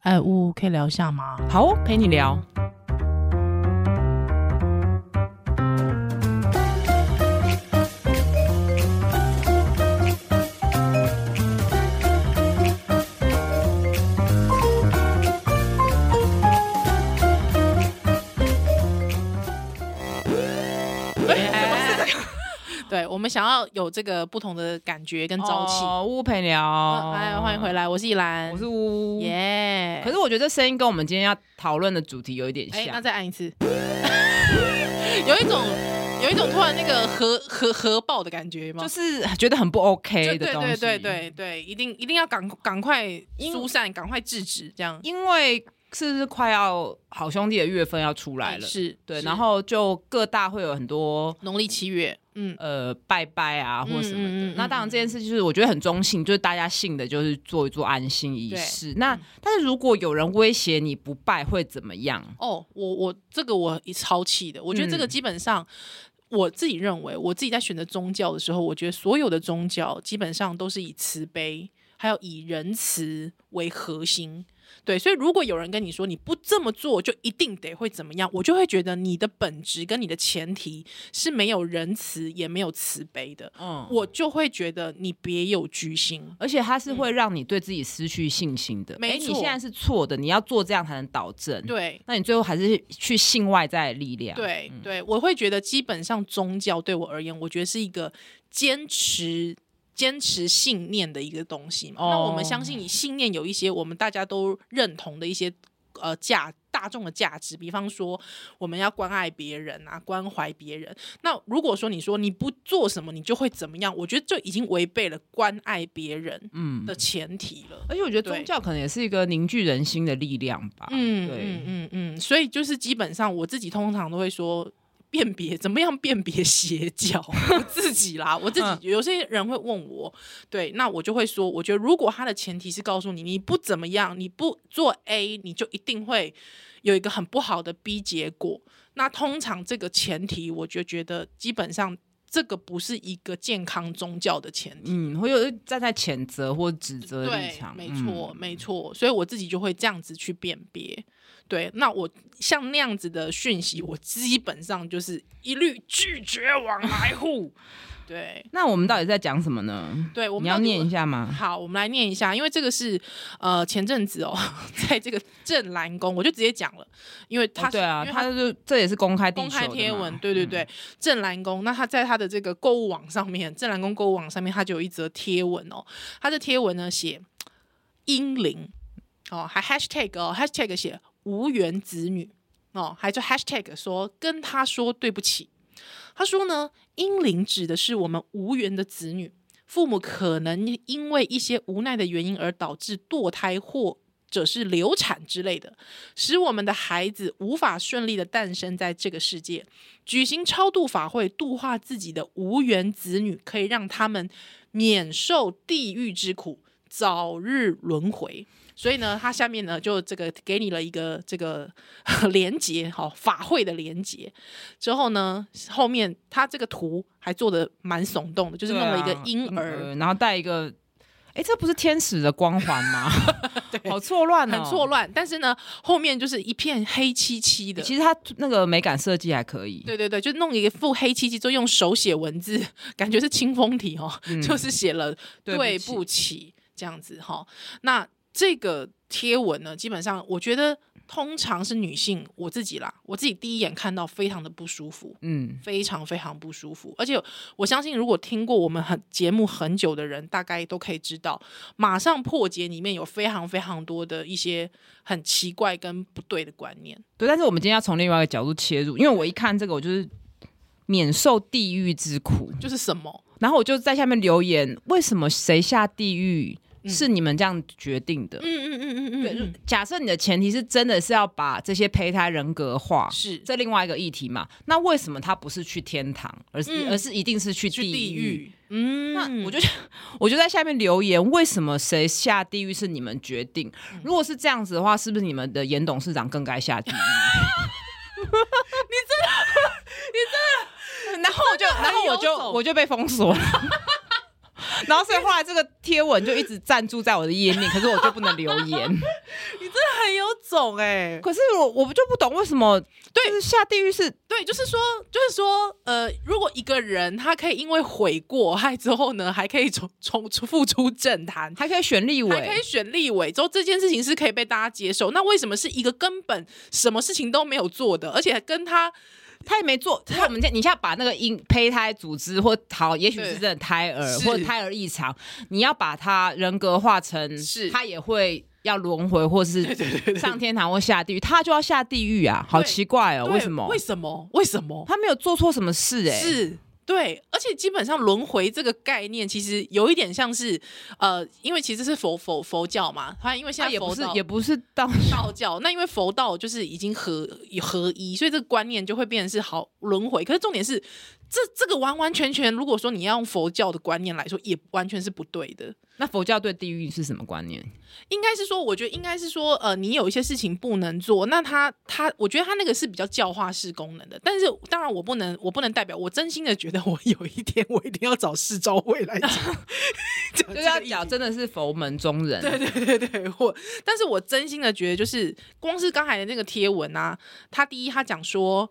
哎，呜，可以聊一下吗？好哦，陪你聊。哎对，我们想要有这个不同的感觉跟朝气。哦，呜陪你聊。哎，欢迎回来，我是依兰，我是呜。耶。可是我觉得这声音跟我们今天要讨论的主题有一点哎，那像。再按一次， 有一种有一种突然那个核核核爆的感觉吗？就是觉得很不 OK 就的对东对西，对对对，一定一定要赶赶快因疏散，赶快制止，这样因为是不是快要好兄弟的月份要出来了？哎是，对，是然后就各大会有很多农历七月，嗯，呃拜拜啊或什么的。嗯嗯嗯嗯那当然这件事就是我觉得很中性，就是大家信的就是做一做安心仪式。那、嗯但是如果有人威胁你不拜会怎么样？哦，我我这个我超气的，我觉得这个嗯基本上。我自己认为，我自己在选择宗教的时候，我觉得所有的宗教基本上都是以慈悲，还有以仁慈为核心。对，所以如果有人跟你说你不这么做就一定得会怎么样，我就会觉得你的本质跟你的前提是没有仁慈也没有慈悲的，嗯，我就会觉得你别有居心。而且它是会让你对自己失去信心的。嗯没诶你错现在是错的，你要做这样才能导正。，对，那你最后还是去信外在的力量。，对对，我会觉得基本上宗教对我而言，我觉得是一个坚持。坚持信念的一个东西嘛，那我们哦相信你信念有一些我们大家都认同的一些呃价大众的价值，比方说我们要关爱别人啊，关怀别人。那如果说你说你不做什么，你就会怎么样，我觉得就已经违背了关爱别人嗯。的前提了。而且我觉得宗对教可能也是一个凝聚人心的力量吧。嗯对。嗯嗯嗯，所以就是基本上我自己通常都会说。辨别怎么样辨别邪教？ 我自己啦，我自嗯己有些人会问我，对，那我就会说，我觉得如果他的前提是告诉你你不怎么样，你不做 A，你就一定会有一个很不好的 B 结果。那通常这个前提，我就觉得基本上这个不是一个健康宗教的前提。嗯，会有站在谴责或指责的立对场，，没嗯错，没错。所以我自己就会这样子去辨别。对，那我像那样子的讯息，我基本上就是一律拒绝往来户。对，那我们到底在讲什么呢？对，我们你要到底念一下吗？好，我们来念一下，因为这个是呃前阵子哦， 在这个正蓝宫，我就直接讲了，因为他哦是、对啊，因为他就是这也是公开地公开球的嗯贴嘛文，对对，对，正蓝宫。那他在他的这个购物网上面，正蓝宫购物网上面，他就有一则贴文哦。他的贴文呢写英灵哦，还 hashtag 哦，hashtag 写无缘子女哦，还就 hashtag 说跟他说对不起。他说呢，英灵指的是我们无缘的子女，父母可能因为一些无奈的原因而导致堕胎或者是流产之类的，使我们的孩子无法顺利的诞生在这个世界。举行超度法会，度化自己的无缘子女，可以让他们免受地狱之苦，早日轮回。所以呢，他下面呢就这个给你了一个这个 连接，好、法会的连接。之后呢，后面他这个图还做的蛮耸动的，就是对弄了一个啊婴儿，呃然后带一个，哎，这不是天使的光环 吗？好错乱哦，很错。乱。但是呢，后面就是一片黑漆漆的。其实他那个美感设计还可以，对对对，就弄一副黑漆漆，就用手写文字， 感觉是清风体哦，嗯就是写了对对不起不起这样子哈、那这个贴文呢，基本上我觉得通常是女性，我自己啦，我自己第一眼看到非常的不舒服，嗯，非常非常不舒服。而且我相信，如果听过我们很节目很久的人，大概都可以知道，马上破解里面有非常非常多的一些很奇怪跟不对的观念。对。但是我们今天要从另外一个角度切入，因为我一看这个，我就是免受地狱之苦，就是什么？然后我就在下面留言，为什么谁下地狱是你们这样决定的？嗯嗯嗯嗯嗯对，就假设你的前提是真的是要把这些胚胎人格化，是这另外一个议题嘛？那为什么他不是去天堂，而是、嗯而是一定是去去地地狱。嗯，那我就我就在下面留言，为什么谁下地狱是你们决定？如果是这样子的话，是不是你们的严董事长更该下地狱？ 你真的，你真的，然后我就，然后很我有就种我就被封锁了。然后所以后来这个贴文就一直暂住在我的页面，可是我就不能留言。你真的种哎、 可是我我不就不懂为什么对就是下地狱是对，就是说，就是说，呃，如果一个人他可以因为悔过害之后呢，还可以重重复出政坛，还可以选立还可以委，选立委，之后这件事情是可以被大家接受。那为什么是一个根本什么事情都没有做的，而且跟他他也没做。他我们现你现在把那个婴胚胎组织或好，也许对是真的胎儿是或者胎儿异常，你要把他人格化成是他也会要轮回或是上天堂或下地狱，他就要下地狱啊，好对奇怪哦，对为什么为？什么？为什么？他没有做错什么事哎、是。对，而且基本上轮回这个概念，其实有一点像是，呃，因为其实是佛佛佛教嘛，它因为现他在也佛不是道也不是到道教，那因为佛道就是已经合合一，所以这个观念就会变成是好轮回。可是重点是，这这个完完全全，如果说你要用佛教的观念来说，也完全是不对的。那佛教对地狱是什么 观念？应该是说，我觉得应该是说，呃，你有一些事情不能做，那他他，我觉得他那个是比较教化式功能的。但是当然，我不能，我不能代表，我真心的觉得，我有一天我一定要找世昭会来讲，讲这就个是要议啊讲题真的是佛门中人，对对对 对，我，但是我真心的觉得，就是光是刚才的那个贴文啊，他第一他讲说，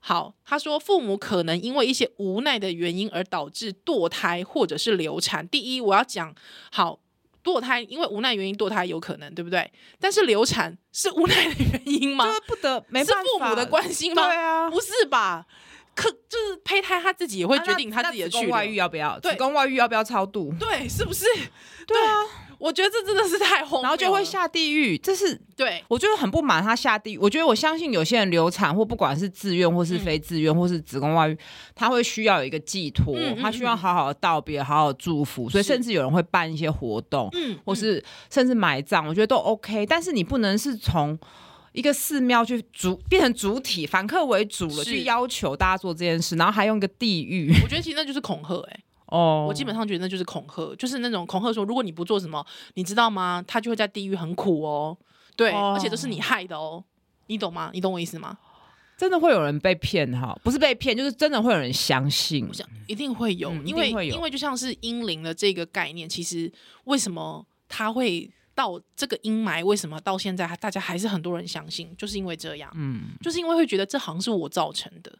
好，他说父母可能因为一些无奈的原因而导致堕胎或者是流产。第一，我要讲好。堕胎，因为无奈原因堕胎有可能，对不对？但是流产是无奈的原因吗就？是不得啊没是办法父母的关心吗？对啊，不是吧？可就是胚胎他自己也会决定他自己的那那去子宫留。外遇要不要？对子宫外遇要不要超度？对，是不是？对啊，我觉得这真的是太荒谬了，然后就会下地狱，这是对我觉得很不满他下地狱。我觉得我相信有些人流产或不管是自愿或嗯是非自愿、或是子宫外遇，他会需要有一个寄托，嗯嗯他需要好好的道别，好好地祝福，所以是甚至有人会办一些活动，嗯或是甚至埋葬，我觉得都 OK。但是你不能是从一个寺庙去主变成主体，反客为主了，是去要求大家做这件事，然后还用一个地狱我觉得其实那就是恐吓、欸，哎，哦，我基本上觉得那就是恐吓，就是那种恐吓说，如果你不做什么，你知道吗？他就会在地狱很苦哦，对，哦而且都是你害的哦，你懂吗？你懂我意思吗？真的会有人被骗哈，不是被骗，就是真的会有人相信我。想一定会有，嗯因一为定会有因为就像是阴灵的这个概念，其实为什么它会到这个阴霾，为什么到现在还大家还是很多人相信，就是因为这样，嗯，就是因为会觉得这好像是我造成的，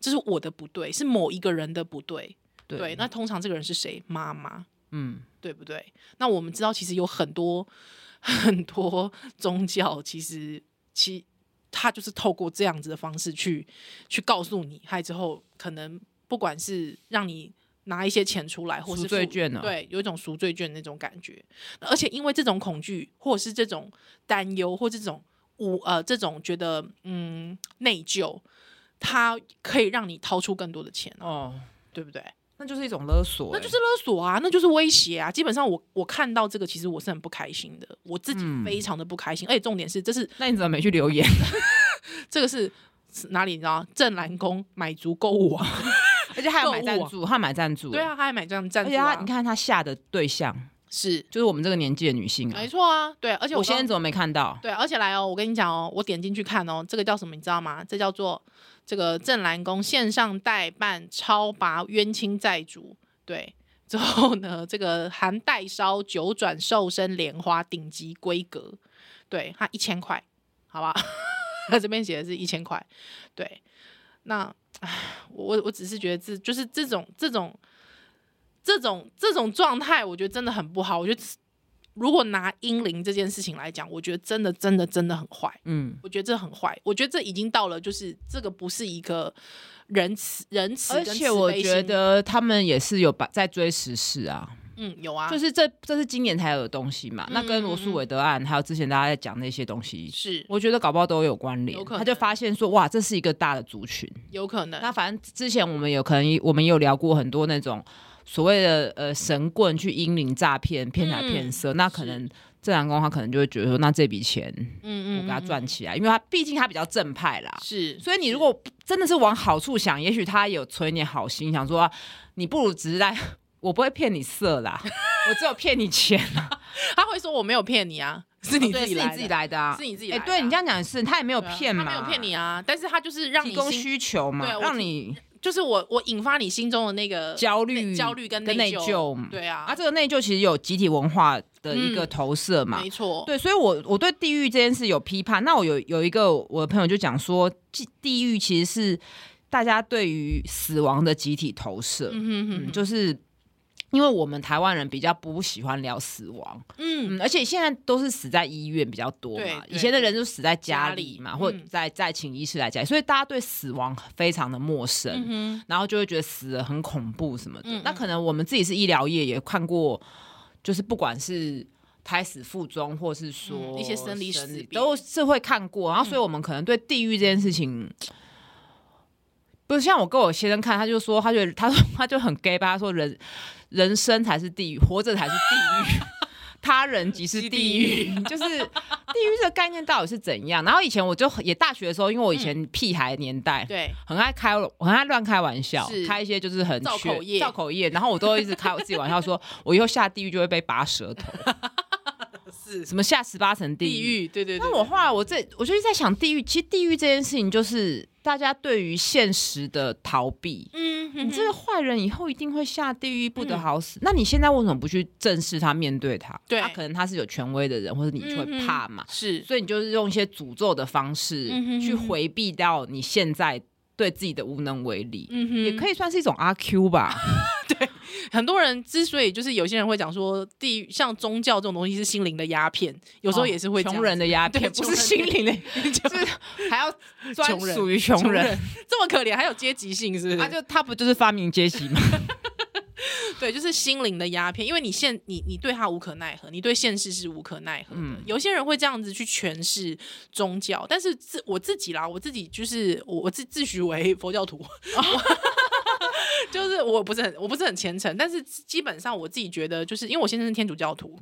这是我的不对，是某一个人的不对，对，对，那通常这个人是谁？妈妈。嗯，对不对？那我们知道，其实有很多 很多宗教，其实其他就是透过这样子的方式去去告诉你，还之后可能不管是让你拿一些钱出来，或是赎罪付券哦对，有一种赎罪券那种感觉。而且因为这种恐惧，或者是这种担忧，或这种无呃这种觉得嗯内疚，它可以让你掏出更多的钱、哦，哦，对不对？那就是一种勒索欸、那就是勒索啊，那就是威胁啊。基本上我我看到这个，其实我是很不开心的，我自己嗯非常的不开心。而且重点是，这是那你怎么没去留言？这个是是哪里？你知道吗？正蓝宫买足购物网， 而且还有买购物赞啊助，他买赞助，对，啊，他还买这样赞而助且啊、他你看他下的对象是就是我们这个年纪的女性啊没，错啊，对。而且我我现在刚怎么没看到？对，而且来哦，我跟你讲哦，我点进去看哦，这个叫什么？你知道吗？这叫做这个正蓝宫线上代办超拔冤亲债主，对。之后呢，这个含代烧九转瘦身莲花顶级规格，对，它一千块，好 吧？它这边写的是一千块，对。那唉我我只是觉得这就是这种这种这种这种状态，我觉得真的很不好。我觉得如果拿英灵这件事情来讲，我觉得真的真的真的很坏。嗯，我觉得这很坏，我觉得这已经到了，就是这个不是一个仁慈仁慈而跟慈悲心，且我觉得他们也是有把在追时事啊，嗯嗯有啊，就是是这这是今年才有的东西嘛。那跟罗素韦德案还有之前大家在讲那些东西，是我觉得搞不好都嗯有关有联。可能他就发现说，哇，这是一个大的族群。有可能那反正之前我们有可能我们也有聊过很多那种所谓的呃神棍去阴灵诈骗、骗财骗嗯色，那可能正南宫他可能就会觉得说，那这笔钱我嗯嗯给他嗯赚起来，因为他毕竟他比较正派啦。是，所以你如果真的是往好处想，也许他有存一点好心，想说、啊你不如只是在， 我不会骗你色 啦，我只有骗你钱，他会说我没有骗你啊， 是你自哦对己是来你自己来的啊是，你自己哎、来的啊，对你这样讲也是，他也没有对啊骗嘛，他没有骗你啊，但是他就是让你提供心，需求嘛对啊，我让提你就是我我引发你心中的那个焦内虑、焦虑跟跟内疚，疚嘛。对啊，啊，这个内疚其实有集体文化的一个嗯投射嘛。没错，对，所以我我对地狱这件事有批判。那我有有一个我的朋友就讲说，地地狱其实是大家对于死亡的集体投射，嗯哼嗯哼，就是因为我们台湾人比较不喜欢聊死亡，嗯，嗯，而且现在都是死在医院比较多对嘛，对以前的人就死在家家里里嘛，嗯或者在在请医师来家里，所以大家对死亡非常的陌生。嗯哼，然后就会觉得死了很恐怖什么的。嗯那可能我们自己是医疗业，也看过，就是不管是胎死腹中，或是说、嗯一些生离死别嗯都是会看过。然后，所以我们可能对地狱这件事情。不是像我跟我先生看，他就说，他觉得他说他就很 gay 吧，他说人人生才是地狱，活着才是地狱， 他人即是地狱，就是地狱这个概念到底是怎样？然后以前我就很也大学的时候，因为我以前屁孩年代，对，很爱开，很爱乱开玩笑，是开一些就是很造缺口业造口业。然后我都一直开我自己玩笑 说，我以后下地狱就会被拔舌头，是什么下十八层地地狱。狱，对对对，那我后来我这我就是在想，地狱其实地狱这件事情，就是大家对于现实的逃避。嗯，你你这个坏人以后一定会下地狱，不得好死。那你现在为什么不去正视他，面对他？对嗯他可能他是有权威的人，或者你就会怕嘛。是所以你就是用一些诅咒的方式嗯哼哼去回避掉你现在对自己的无能为力，嗯哼，也可以算是一种阿 Q 吧。很多人之所以就是有些人会讲说地狱像宗教这种东西是心灵的鸦片，有 有时候也是会这样哦穷人的鸦片，对不 穷是人心灵的，就是还 要专穷人属于穷穷人啊人。这么可怜，还有阶级性是不是？他就他不就是发明阶级吗？对，就是心灵的鸦片，因为你现你你对他无可奈何，你对现实是无可奈何的。有些人会这样子去诠释宗教，但是自我自己啦，我自己就是我我自自诩为佛教徒。就是我不是很我不是很虔诚，但是基本上我自己觉得，就是因为我先生是天主教徒，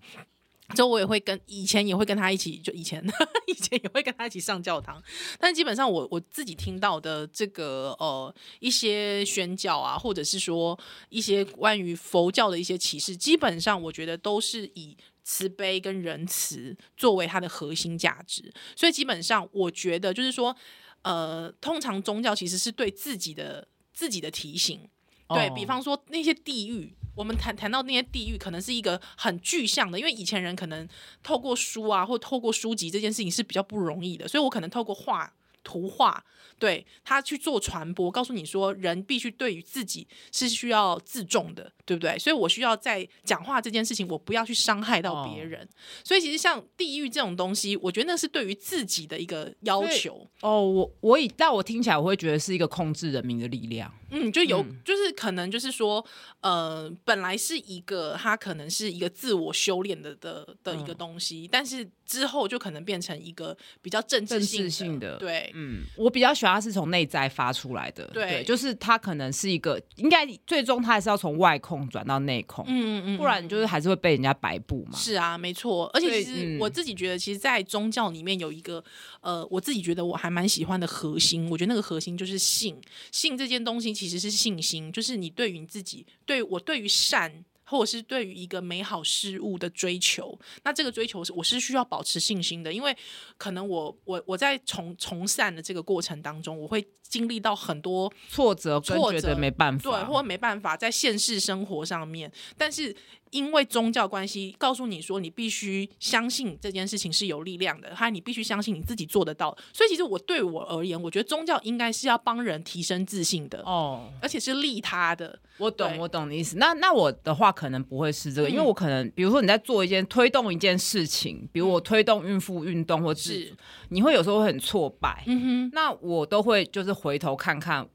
之后我也会跟以前也会跟他一起，就以前 以前也会跟他一起上教堂，但基本上我我自己听到的这个呃一些宣教啊，或者是说一些关于佛教的一些启示，基本上我觉得都是以。慈悲跟仁慈作为它的核心价值，所以基本上我觉得就是说，呃，通常宗教其实是对自己的自己的提醒，对哦比方说那些地狱，我们谈谈到那些地狱，可能是一个很具象的，因为以前人可能透过书啊，或透过书籍这件事情是比较不容易的，所以我可能透过画。图画对他去做传播，告诉你说人必须对于自己是需要自重的，对不对？所以我需要在讲话这件事情，我不要去伤害到别哦人。所以其实像地狱这种东西，我觉得那是对于自己的一个要所以求。哦，我我以但我听起来我会觉得是一个控制人民的力量。嗯，就有、就是可能就是说，呃，本来是一个它可能是一个自我修炼的的的一个嗯东西，但是之后就可能变成一个比较政治政性治的，性的对，嗯，我比较喜欢它是从内在发出来的，对就是它可能是一个，应该最终它还是要从外控转到内控，嗯嗯嗯，不然就是还是会被人家摆布嘛。是啊，没错。而且对其实嗯我自己觉得，其实，在宗教里面有一个呃，我自己觉得我还蛮喜欢的核心，我觉得那个核心就是信。信这件东西其实是信心，就是你对于你自己，对我对于善。或者是对于一个美好事物的追求，那这个追求是我是需要保持信心的，因为可能我我我在从从善的这个过程当中，我会经历到很多挫折跟挫觉得折没办法，对，或者没办法在现实生活上面，但是因为宗教关系，告诉你说你必须相信这件事情是有力量的，还有你必须相信你自己做得到。所以其实我对我而言，我觉得宗教应该是要帮人提升自信的，哦，而且是利他的。我懂，对我懂你意思。那那我的话可能不会是这个，因为嗯我可能比如说你在做一件推动一件事情，比如我推动孕妇运动或自嗯是主，你会有时候会很挫败。嗯那我都会就是回头看看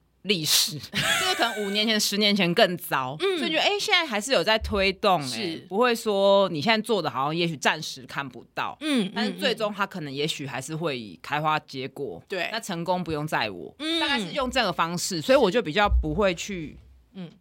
历史，就是可能五年前、十年前更糟，所以觉得哎、诶现在还是有在推动、诶嗯是不会说你现在做的好像也许暂时看不到，哼，嗯，但是嗯最嗯终它可能也许还是会以开花结果。对那成功不用在我，嗯大概是用这个方式，所以我就比较不会去，嗯嗯。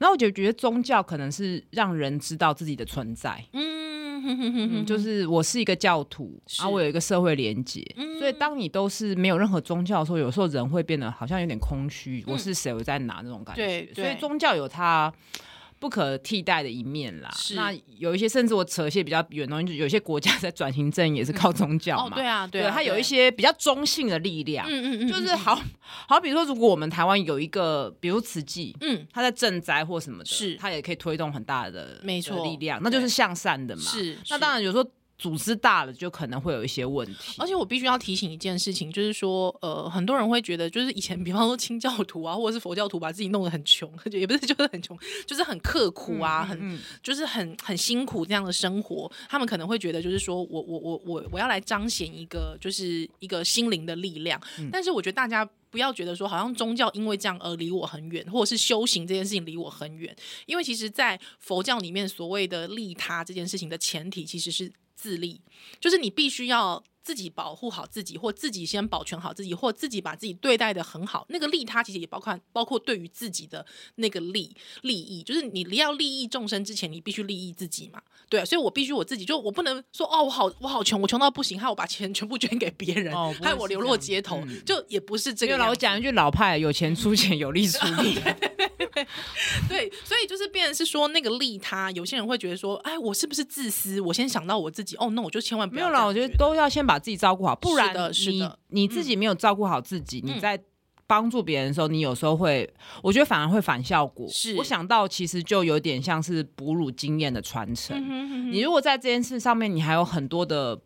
然后我就觉得宗教可能是让人知道自己的存在，嗯哼哼哼哼，嗯，就是我是一个教徒，然后我有一个社会连结，嗯所以当你都是没有任何宗教的时候，有时候人会变得好像有点空虚，我是谁，我在哪那种感觉。嗯对所以对宗教有它。不可替代的一面啦。是那有一些甚至我扯一些比较远的东西，就有些国家 在转型正义也是靠宗教哦，嘛，对啊，对啊，它有对一，些比较中性的力量，嗯嗯嗯，就是嗯，好好比说，如果我们台湾有一个，比如慈济。嗯，它在赈灾或什么的，是它也可以推动很大的没错的力量，那就是向善的嘛。，是。那是当然有时候组织大了，就可能会有一些问题。而且我必须要提醒一件事情，就是说，呃，很多人会觉得，就是以前比方说清教徒啊，或者是佛教徒，把自己弄得很穷， 也不是就是很穷，就是很刻苦啊，很嗯，就是很很辛苦这样的生活，他们可能会觉得就是说我我我我我要来彰显一个就是一个心灵的力量，嗯但是我觉得大家。不要觉得说好像宗教因为这样而离我很远，或者是修行这件事情离我很远，因为其实，在佛教里面所谓的利他这件事情的前提其实是自利，就是你必须要自己保护好自己，或自己先保全好自己，或自己把自己对待的很好。那个利他其实也包括包括对于自己的那个利利益，就是你要利益众生之前，你必须利益自己嘛。对、啊，所以我必须我自己，就我不能说哦，我好我好穷，我穷到不行，害我把钱全部捐给别人，哦不会害我是流这落样街头，嗯就也不是这因个为样老子。讲一句老派，有钱出钱，有力出 力。对，所以就是变成是说那个利他，有些人会觉得说，哎，我是不是自私？我先想到我自己，哦，那我就千万不没要有这啦，样我觉觉得都要先把自己照顾好，不然是的是你的你自己没有照顾好自己，嗯你在帮助别人的时候，你有时候会，我觉得反而会反效果。是我想到其实就有点像是哺乳经验的传承。嗯哼哼哼你如果在这件事上面，你还有很多的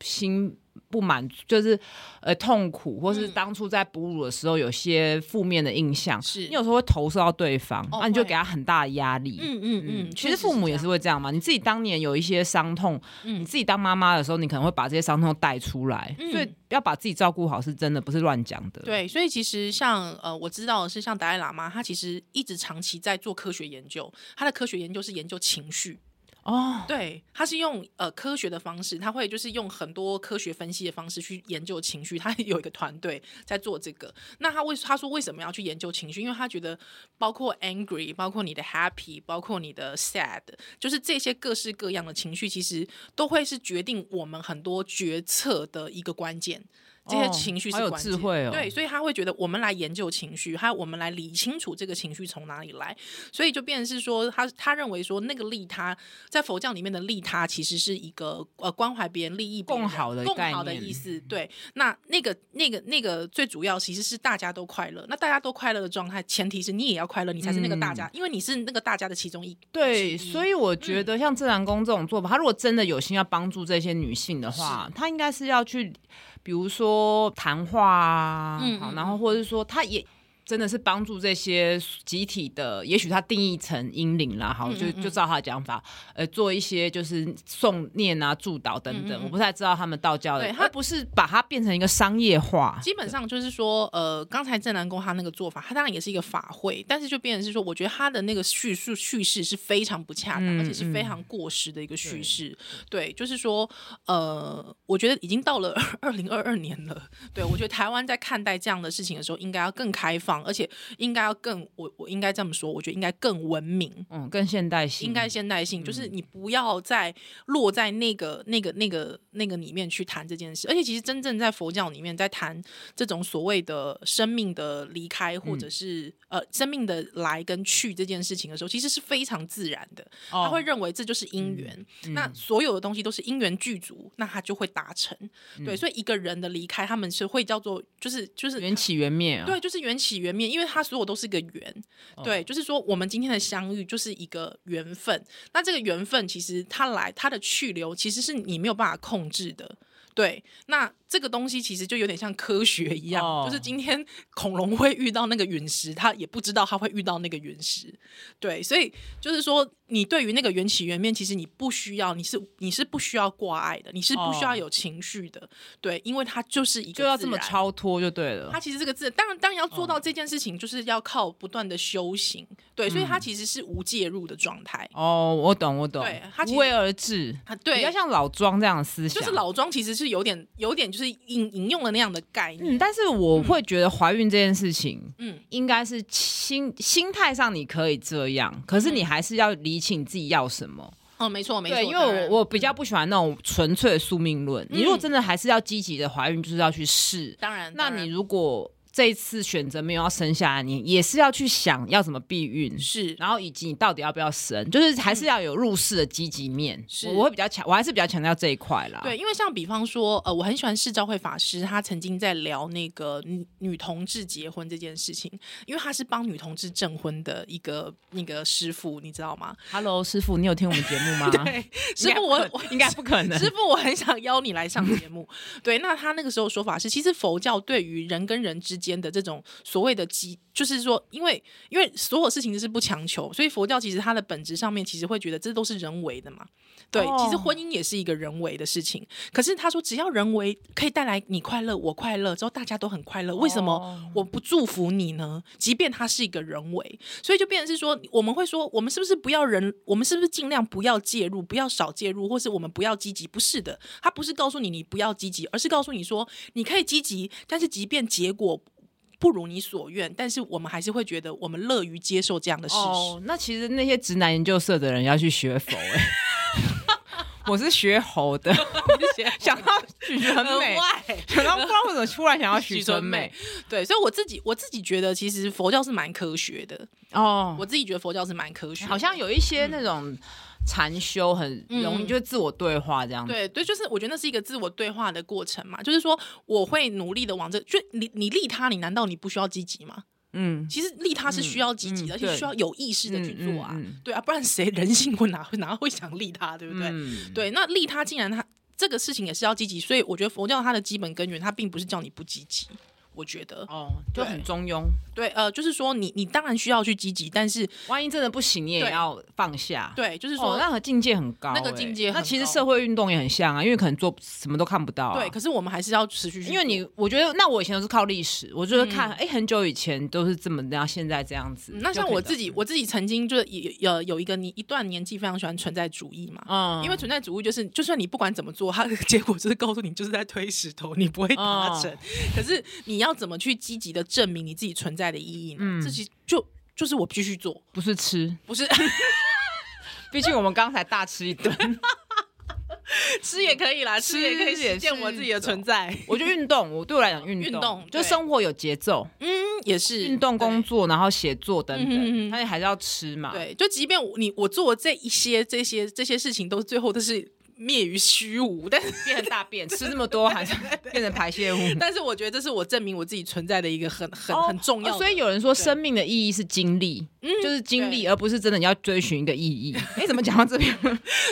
心不满足，就是呃痛苦，或是嗯当初在哺乳的时候有些负面的印象，是你有时候会投射到对方，那、哦你就会给他很大的压力。嗯嗯嗯，其确实父母也是这样会这样嘛。你自己当年有一些伤痛，嗯你自己当妈妈的时候，你可能会把这些伤痛带出来，嗯所以要把自己照顾好是真的，不是乱讲的。，对，所以其实像呃，我知道的是，像达赖喇嘛，他其实一直长期在做科学研究，他的科学研究是研究情绪，哦，对，他是用呃科学的方式，他会就是用很多科学分析的方式去研究情绪。他有一个团队在做这个。那他为他说为什么要去研究情绪？因为他觉得包括 angry，包括你的 happy，包括你的 sad，就是这些各式各样的情绪，其实都会是决定我们很多决策的一个关键。这些哦情绪是好有关智键慧哦对，所以他会觉得我们来研究情绪，还有我们来理清楚这个情绪从哪里来，所以就变成是说，他他认为说那个利他在佛教里面的利他其实是一个呃关怀别人、利益别人共好的共概好的念嗯意思。对，那那个那个那个最主要其实是大家都快乐。那大家都快乐的状态，前提是你也要快乐，你才是那个嗯大家，因为你是那个大家的其中一。对，其一所以我觉嗯得像正南宫这种做法，他如果真的有心要帮助这些女性的话，他应该是要去，比如说谈话啊，嗯好，嗯然后或者是说他也。真的是帮助这些集体的，也许他定义成英灵啦，好，嗯就嗯嗯就照他的讲法，呃，做一些就是诵念啊、祝祷等等。嗯嗯嗯我不太知道他们道教的，对他他不是把它变成一个商业化，基本上就是说，呃，刚才正南宫他那个做法，他当然也是一个法会，但是就变成是说，我觉得他的那个叙述叙事是非常不恰当，嗯而且是非常过时的一个叙事。对，就是说，呃，我觉得已经到了 二零二二年了，对我觉得台湾在看待这样的事情的时候，应该要更开放，而且应该要更，我我应该这么说，我觉得应该更文明。嗯，更现代性，应该现代性，就是你不要再落在那个、那个、那个、那个里面去谈这件事。而且，其实真正在佛教里面，在谈这种所谓的生命的离开，或嗯者是、呃生命的来跟去这件事情的时候，其实是非常自然的。哦嗯他会认为这就是因缘，那所有的东西都是因缘具足，那他就会达成。嗯对，所以一个人的离开，他们是会叫做就是就是缘起缘灭啊，对，就是缘起缘灭，因为它所有都是一个缘。嗯对，就是说我们今天的相遇就是一个缘分。那这个缘分其实它来它的去留，其实是你没有办法控制的。对，那这个东西其实就有点像科学一样，哦就是今天恐龙会遇到那个陨石，它也不知道它会遇到那个陨石。对，所以就是说，你对于那个缘起缘灭，其实你不需要，你是你是不需要挂碍的，你是不需要哦有情绪的。对，因为它就是一个就要自这么然超脱就对了它。其实这个字，当然，当然要嗯做到这件事情，就是要靠不断的修行。对，所以嗯它其实是无介入的状态。哦，我懂，我懂，对他其无实为而治，啊，比对较，像老庄这样的思就想。是老庄其实是有点、有点就是引引用了那样的概念。嗯，但是我会觉得怀孕这件事情，嗯嗯，应该是心心态上你可以这样，可是你还是要理清你自己要什么。哦，没嗯错，没错。对，因当然为我我比较不喜欢那种纯粹的宿命论。你如果嗯真的还是要积极的怀孕，就是要去试。当然，那当然你如果这一次选择没有要生下来，你也是要去想要怎么避孕，是然后以及你到底要不要生，就是还是要有入世的积极面。嗯是我我会比较强，我还是比较强调这一块啦。对，因为像比方说，呃，我很喜欢释昭慧法师，他曾经在聊那个女女同志结婚这件事情，因为他是帮女同志证婚的一个那个师傅，你知道吗？ ，Hello，师傅，你有听我们节目吗？ 对，师傅我我应该不可能。师傅，我很想邀你来上节目。对，那他那个时候说法是，其实佛教对于人跟人之间的这种所谓的集，就是说，因为因为所有事情是不强求，所以佛教其实它的本质上面其实会觉得这都是人为的嘛。对，哦其实婚姻也是一个人为的事情。可是他说，只要人为可以带来你快乐，我快乐之后，大家都很快乐，为什么哦我不祝福你呢？即便它是一个人为，所以就变成是说，我们会说，我们是不是不要人？我们是不是尽量不要介入，不要少介入，或是我们不要积极？不是的，他不是告诉你你不要积极，而是告诉你说你可以积极，但是即便结果不如你所愿，但是我们还是会觉得我们乐于接受这样的事实。哦，那其实那些直男研究社的人要去学佛哎、 我是学猴的， 想到许纯美，想到不知道为什么突然想要许纯美对，所以我自己我自己觉得，其实佛教是蛮科学的。哦，我自己觉得佛教是蛮科学的，好像有一些那种禅修很容易、嗯就是自我对话这样子。对对，就是我觉得那是一个自我对话的过程嘛，就是说我会努力的往这，就你你利他，你难道你不需要积极吗？嗯，其实利他是需要积极的，嗯嗯而且对需要有意识的去做啊，嗯嗯嗯对啊，不然谁人性会哪会哪会想利他，对不对？嗯，对，那利他既然他这个事情也是要积极，所以我觉得佛教它的基本根源，它并不是叫你不积极。我觉得哦，就很对中庸。对，呃，就是说你你当然需要去积极，但是万一真的不行，你也对要放下。对，就是说、哦，那个境界很高欸、那个境界很那其实高社会运动也很像啊，因为可能做什么都看不到、啊。对，可是我们还是要持续去做，因为你，我觉得那我以前都是靠历史，我就是看，哎、很久以前都是这么，然后现在这样子。嗯那像我自己，己，我自己曾经就是有有有一个你一段年纪非常喜欢存在主义嘛。嗯因为存在主义就是，就算你不管怎么做，它的 结果就是告诉你就是在推石头，你不会嗯达成。可是你要怎么去积极的证明你自己存在的意义呢？嗯这其实就就是我必须做，不是吃，不 是毕竟我们刚才大吃一顿。 吃也可以 啦，吃也可以吃也实现是我自己的一存在。我觉得运动，我对我来讲，运动运动就对生活有节奏，嗯，也是运动、工作。作，然后写作等嗯哼哼等，但是还是要吃嘛。，对，就即便我你我做这一些这些这些事情，都最后都是灭于虚无，但是变成大便，吃这么多还是变成排泄物。但是我觉得这是我证明我自己存在的一个很很、哦很重要的、哦所以有人说，生命的意义是经历，嗯就是经历，对而不是真的你要追寻一个意 义。哎，怎么讲到这边？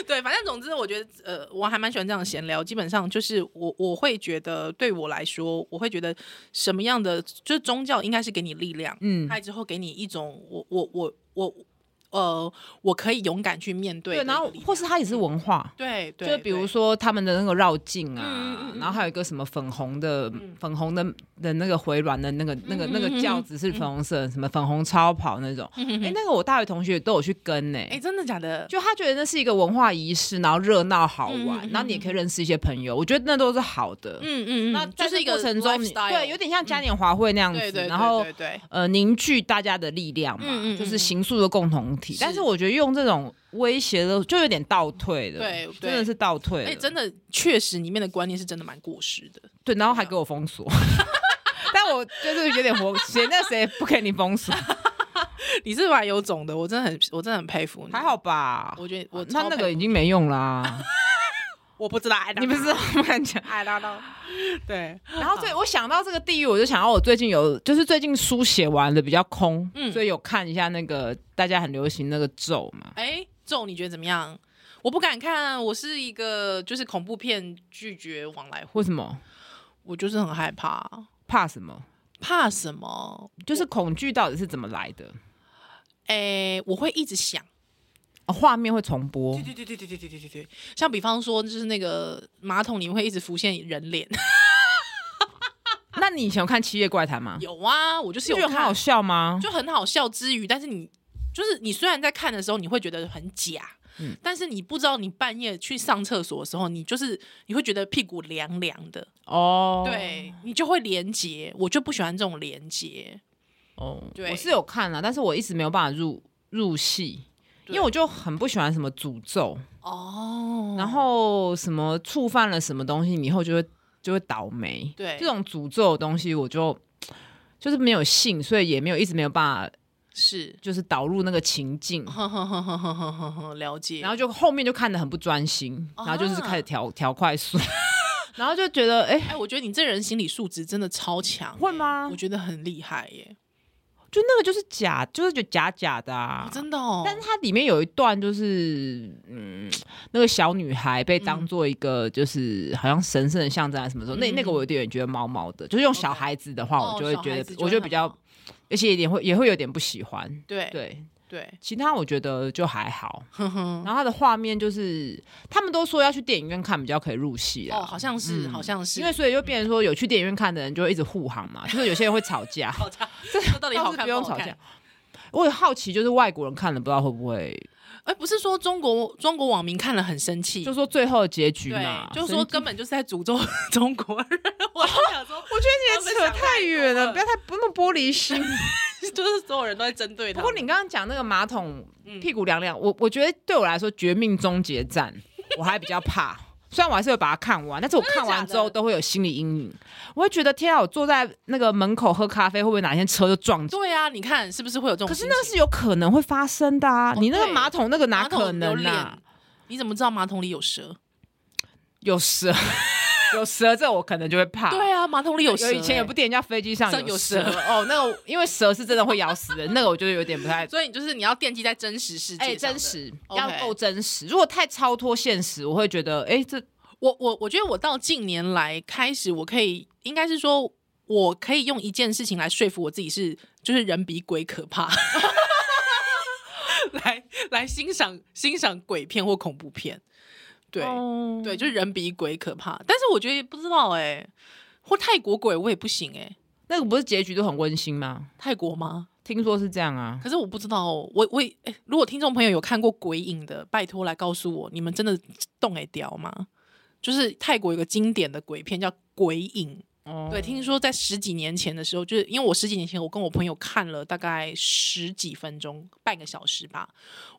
对，反正总之，我觉得呃，我还蛮喜欢这样的闲聊。基本上就是我我会觉得，对我来说，我会觉得什么样的就是宗教应该是给你力量，嗯，还之后给你一种我我我我呃，我可以勇敢去面对的对，一个力然量。后或是它也是文化。对对，就比如对说他们的那个绕境嗯嗯啊嗯，嗯然后还有一个什么粉红的、粉红的的那个回銮的那个那个那嗯嗯个嗯轿子是粉红色的，什么粉红超跑那种。嗯嗯嗯哎，那个我大学同学都有去跟呢、哎、真的假的？就他觉得那是一个文化仪式，然后热闹好玩，嗯嗯嗯然后你也可以认识一些朋友，我觉得那都是好的。嗯嗯嗯，那就在是这一个过程中你， lifestyle 嗯对，有点像嘉年华会那样子，对对，然后对对对呃凝聚大家的力量嘛，嗯嗯嗯就是形塑的共同体。是但是我觉得用这种威胁的，就有点倒退的，对对真的是倒退了。哎、真的确实里面的观念是真的蛮过时的。 对，然后还给我封锁。 但我就是有点活，谁那谁不给你封锁，你是蛮有种的，我真的很我真的很佩服你。还好吧？我觉得我那超那佩个服已经没用啦、 我不知道，I don't 你不 know 是我敢讲。 I don't know。对，然后最我想到这个地狱，我就想到我最近有，就是最近书写完了比较空，嗯所以有看一下那个大家很流行那个咒嘛。哎，咒你觉得怎么样？我不敢看，啊我是一个就是恐怖片拒绝往来户，为什么？我就是很害怕，怕什么？怕什么？就是恐惧到底是怎么来的？哎，我会一直想。哦画面会重播对对对对对对对对对，像比方说，就是那个马桶里面会一直浮现人脸， 那你以前有看《七夜怪谈》吗？有啊，我就是就有觉得很看好，笑吗？就很好笑之余，但是你就是你虽然在看的时候你会觉得很假，嗯但是你不知道你半夜去上厕所的时候，你就是你会觉得屁股凉凉的，哦，对你就会连接，我就不喜欢这种连接。哦，对我是有看了，但是我一直没有办法入入戏，因对为我就很不喜欢什么诅咒，哦然后什么触犯了什么东西，你以后就会就会倒霉。对这种诅咒的东西，我就就是没有性，所以也没有一直没有办法是，就是导入那个情境，哼哼哼哼哼哼哼哼，了解。然后就后面就看得很不专心，啊然后就是开始调调快速，然后就觉得哎、哎，我觉得你这人心理素质真的超强，欸会吗我？觉得很厉害耶，就那个就是假，就是就假假的啊哦。真的哦。但是它里面有一段就是，嗯，那个小女孩被当做一个就是好像神圣的象征啊什么时候，那嗯那个我有点觉得毛毛的，就是用小 OK 孩子的话，我哦就会小觉孩得子我就会比很较好，而且一点会也会有点不喜欢。对对，对，其他我觉得就还好。哼哼，然后它的画面就是，他们都说要去电影院看比较可以入戏啊。哦，好像是，好像是，因为所以就变成说，有去电影院看的人就会一直护航嘛，就是有些人会吵架，好差，这到底倒好是看不用好吵看架。。我也好奇，就是外国人看了不知道会不会，哎，不是说中国中国网民看了很生气，就说最后的结局嘛，对，就是说神根本就是在诅咒 中国人。 我就想说，我觉得你也扯太远了，不要太不那么玻璃心。 就是所有人都在针对他不们。过你刚刚讲那个马桶嗯屁股凉凉，我我觉得对我来说《绝命终结战》我还比较怕，虽然我还是会把它看完，但是我看完真的之假后的都会有心理阴影，我会觉得天啊，我坐在那个门口喝咖啡，会不会哪天车就撞进？对啊，你看是不是会有这种可心是情？那个是有可能会发生的啊！哦你那个对马桶那个哪马桶可能有啊脸？你怎么知道马桶里有蛇？有蛇， 有蛇，这我可能就会怕。对啊，马桶里有蛇、有以前有部欸电影叫《飞机上上有有蛇》蛇 哦，那个因为蛇是真的会咬死人，那个我就有点不 太。所以你就是你要惦记在真实世界。哎、真。实 OK 要够真实，如果太超脱现实，我会觉得哎、这我我我觉得我到近年来开始，我可以应该是说，我可以用一件事情来说服我自己是，就是人比鬼可怕。 来来欣赏欣赏鬼片或恐怖片，对、哦对，就是人比鬼可怕。但是我觉得也不知道哎、或泰国鬼我也不行哎、那个不是结局都很温馨吗？泰国吗？听说是这样啊，可是我不知道哦，我我也、哎如果听众朋友有看过《鬼影》的，拜托来告诉我，你们真的动哎屌吗？就是泰国有个经典的鬼片叫《鬼影》，哦，对，听说在十几年前的时候，就是因为我十几年前我跟我朋友看了大概十几分钟，半个小时吧，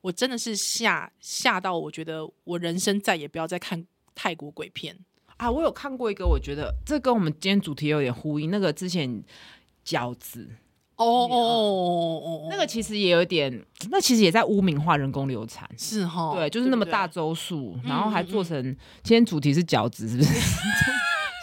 我真的是吓吓到，我觉得我人生再也不要再看泰国鬼片。啊，我有看过一个，我觉得这跟我们今天主题有点呼应。那个之前饺子，哦哦哦哦那个其实也有点，那其实也在污名化人工流产。是哈，哦对，嗯就是那么不大对周数，然后还做成今天主题是饺子，是不 是？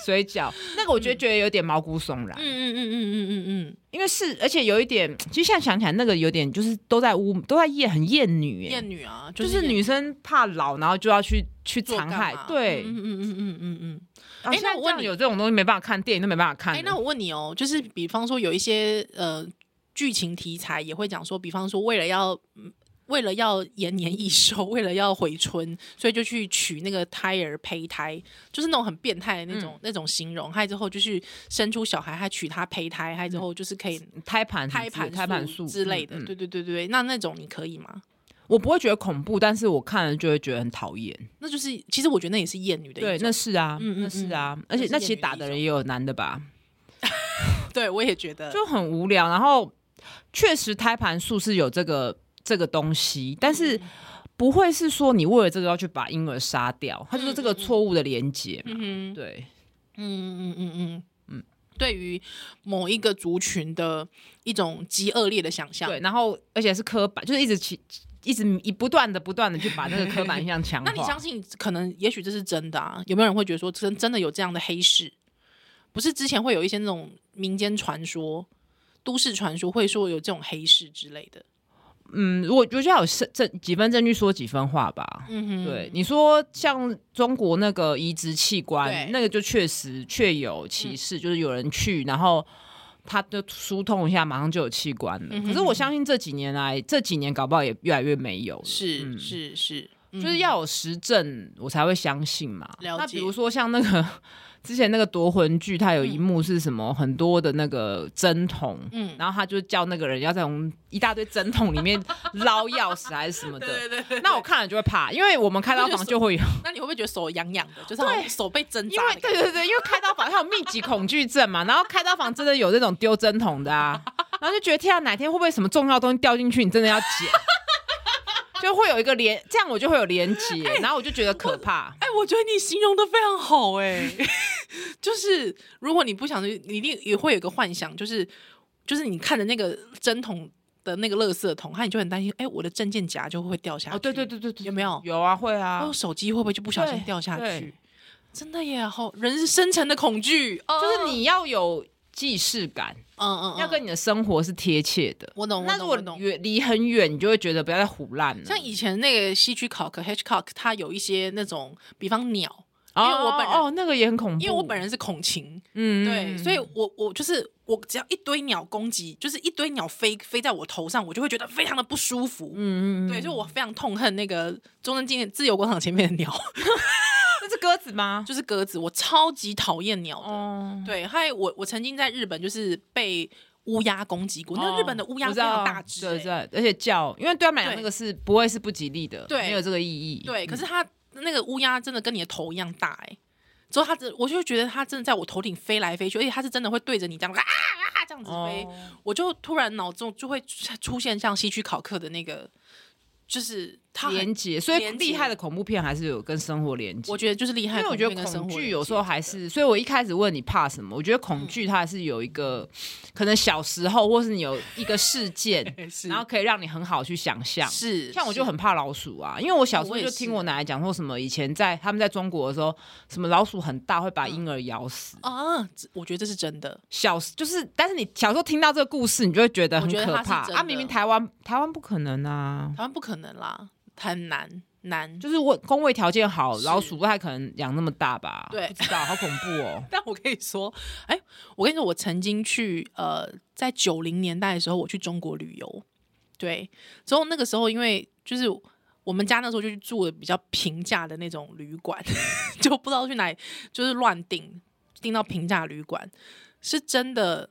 水饺嗯那个，我觉得觉得有点毛骨悚然，嗯嗯嗯嗯嗯嗯因为是而且有一点，其实现在想起来，那个有点就是都在污，都在厌很厌女嗯，耶，艳女啊，就是是艳女生怕老，然后就要去去做残干害嘛，对。嗯嗯嗯嗯嗯嗯。哎哎那我问你有这种东西没办法看，电影都没办法看哎、了。那我问你哦，就是比方说有一些呃剧情题材也会讲说，比方说为了要。嗯为了要延年益寿， 为了要回春，所以就去取那个胎儿胚胎，就是那种很变态的那嗯种、那种形容。还之后就是生出小孩，还取他胚胎，还之后就是可以胎盘胎什盘么嗯之胎盘素之类的。嗯嗯对对对对，那那种你可以吗？我不会觉得恐怖，但是我看了就会觉得很讨厌。那就是其实我觉得那也是厌女的对一，种。那是啊，嗯嗯那是啊，而且就是那厌其实女打的一的种人也有男的吧？对我也觉得，就很无聊。然后确实胎盘素是有这个这个东西，但是嗯不会是说你为了这个要去把婴儿杀掉，它就是这个错误的连接。嗯哼。对，嗯嗯嗯嗯嗯，对于某一个族群的一种极恶劣的想象。对，然后而且是刻板，就是一直去一直一不断的不断的去把那个刻板印象强 化。那你相信，可能也许这是真的啊？有没有人会觉得说，真真的有这样的黑市？不是之前会有一些那种民间传说、都市传说，会说有这种黑市之类的。嗯，我觉得要有证证几分证据说几分话吧。嗯哼，对，你说像中国那个移植器官，对嗯那个就确实确有其事，就是有人去，然后他就疏通一下，马上就有器官了。嗯哼可是我相信这几年来，这几年搞不好也越来越没有了。是、嗯是是，就就是要有实证，我才会相信嘛。了解那比如说像那个之前那个夺魂剧，它有一幕是什么，很多的那个针筒，嗯然后他就叫那个人要在从一大堆针筒里面 捞钥匙还是什么的。对 对。那我看了就会怕，因为我们开刀房就会有，那你会不会觉得手痒痒的，就是好像手被针因扎为的感对觉？对对，因为开刀房它 有密集恐惧症嘛，然后开刀房真的有那种丢针筒的啊，然后就觉得天啊，哪天会不会什么重要东西掉进去，你真的要捡， 就会有一个连，这样我就会有连结，然后我就觉得可怕。哎、我觉得你形容的非常 好哎、就是如果你不想去，你一定也会有一个幻想，就是就是你看着那个针筒的那个垃圾桶，那你就很担心，哎，我的证件夹就会不会掉下去？哦，对对对对对，有没有有啊，会啊，哦，手机会不会就不小心对掉下对去？真的耶，好，人深层的恐惧，哦就是你要有既视感，嗯嗯，嗯要跟你的生活是贴切的。我懂，我那懂，如我果懂。远离很远，你就会觉得不要再胡乱了。像以前那个西区考克 Hitchcock，他有一些那种，比方鸟，哦，因为我本人哦那个也很恐怖，因为我本人是恐禽，嗯对，所以我我就是我只要一堆鸟攻击，就是一堆鸟飞飞在我头上，我就会觉得非常的不舒服。嗯嗯，对，所以我非常痛恨那个中正纪念自由广场前面的鸟， 那是鸽子吗？就是鸽子，我超级讨厌鸟的。哦，对，还我我曾经在日本就是被乌鸦攻击过，那哦日本的乌鸦我非知道常大只、对欸，对，而且叫，因为对他们来讲对那个是不会是不吉利的，对没有这个意义。对，可是它那个乌鸦真的跟你的头一样大哎、之后它真，我就觉得它真的在我头顶飞来飞去，而且它是真的会对着你这样啊啊啊这样子飞，哦我就突然脑中就会出出现像西区考克的那个，就是它很连接，所以连结厉害的恐怖片还是有跟生活连接我。觉得就是厉害，，因为我觉得恐惧有时候还是，所以我一开始问你怕什么，我觉得恐惧它还是有一个，可能小时候或是你有一个事件 是，然后可以让你很好去想象。是哦像我就是很怕老鼠啊，因为我小时我候也就是听我奶奶讲说什么，以前在他们在中国的时候，什么老鼠很大会把嗯婴儿咬死。啊，这我觉得这是真的，小就是，但是你小时候听到这个故事，你就会觉得很我觉得可它是怕真的啊！明明台湾台湾不可能啊，台湾不可能啦，很难难。就是我工位条件好，是老鼠不太可能养那么大吧？对。不知道，好恐怖哦 但我可以说，哎，我跟你说，我曾经去呃，在九零年代的时候，我去中国旅游，对，之后那个时候因为就是。我们家那时候就去住的比较平价的那种旅馆， 就不知道去哪里，就是乱订，订到平价旅馆，是真的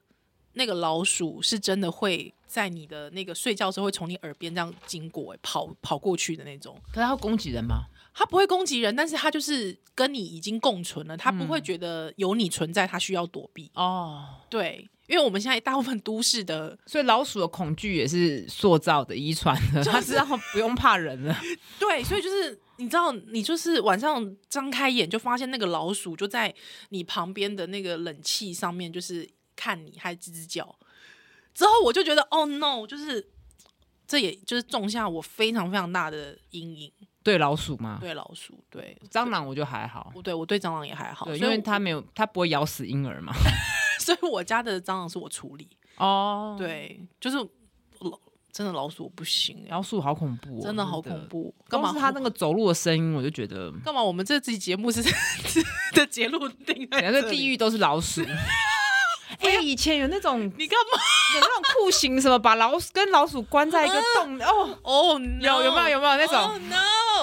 那个老鼠是真的会在你的那个睡觉的时候会从你耳边这样经过、哎跑跑过去的那种。可是它会攻击人吗？他不会攻击人，但是他就是跟你已经共存了，他不会觉得有你存在，他需要躲避。 哦，对，因为我们现在大部分都市的，所以老鼠的恐惧也是塑造的、遗传的，它知道不用怕人了。 对，所以就是你知道，你就是晚上张开眼就发现那个老鼠就在你旁边的那个冷气上面，就是看你还吱吱叫。之后我就觉得，Oh no，就是这也就是种下我非常非常大的阴影， 对老鼠吗？对老鼠，对蟑螂我就还好，我对我对蟑螂也还好，对，因所以为我它没有，它不会咬死婴儿嘛。所以我 家的蟑螂是我处理。哦，，对，就是老真的老鼠我不行、欸，老鼠好恐怖、哦，真的好恐。怖。干嘛光是它那我？个走路的声音，我就觉得，干嘛？我们这期节目是 的结论定在人家这地狱？狱都是老鼠。 哎、以前有那种有 你干嘛？那种酷刑，什么把老鼠跟老鼠关在 一个洞里哦，哦、有有没有有没有那种 Oh,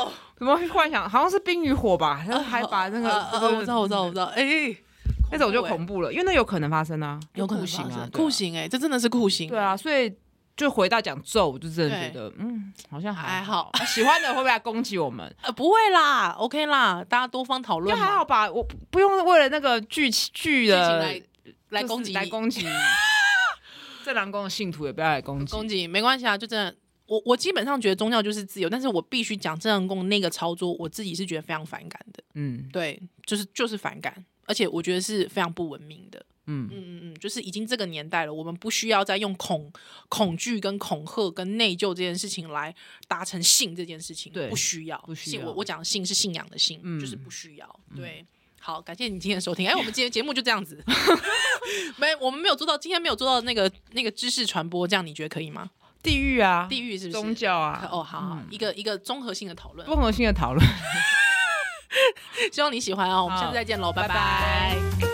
no！怎么会幻想？好像是冰与火吧，然后 还把那个，啊啊啊我知道我知道我知道，哎、那种就恐怖怖了，因为那有可能发生啊，欸，有可能酷刑发啊生，对啊酷刑哎、这真的是酷刑，对啊，所以就回到讲咒，我就真的觉得，嗯，好像还还好，喜欢的会不会来攻击 我们？呃，不会啦，OK 啦，大家多方讨因为论嘛，还好吧，我不不用为了那个剧剧剧情的来来就是攻击来你攻击。 正南宫的信徒也不要来攻击，攻击没关系啊，就真的。我我基本上觉得宗教就是自由，但是我必须讲正阳宫那个操作，我自己是觉得非常反感的。嗯对，就是就是反感，而且我觉得是非常不文明的。嗯，嗯嗯嗯，就是已经这个年代了，我们不需要再用恐恐惧、跟恐吓、跟内疚这件事情来达成性这件事情，对不需要。不需信要我我讲的信是信仰的信，嗯就是不需要。对。好，感谢你今天的收听。哎，我们今天节目就这样 子，没，我们没有做到，今天没有做到那个那个知识传播，这样你觉得可以吗？地狱啊，地狱是不是宗？教啊，哦，好好，一个一个综合性的讨论不，同性的讨论。希望你喜欢哦。我们下次好再见喽，拜拜拜拜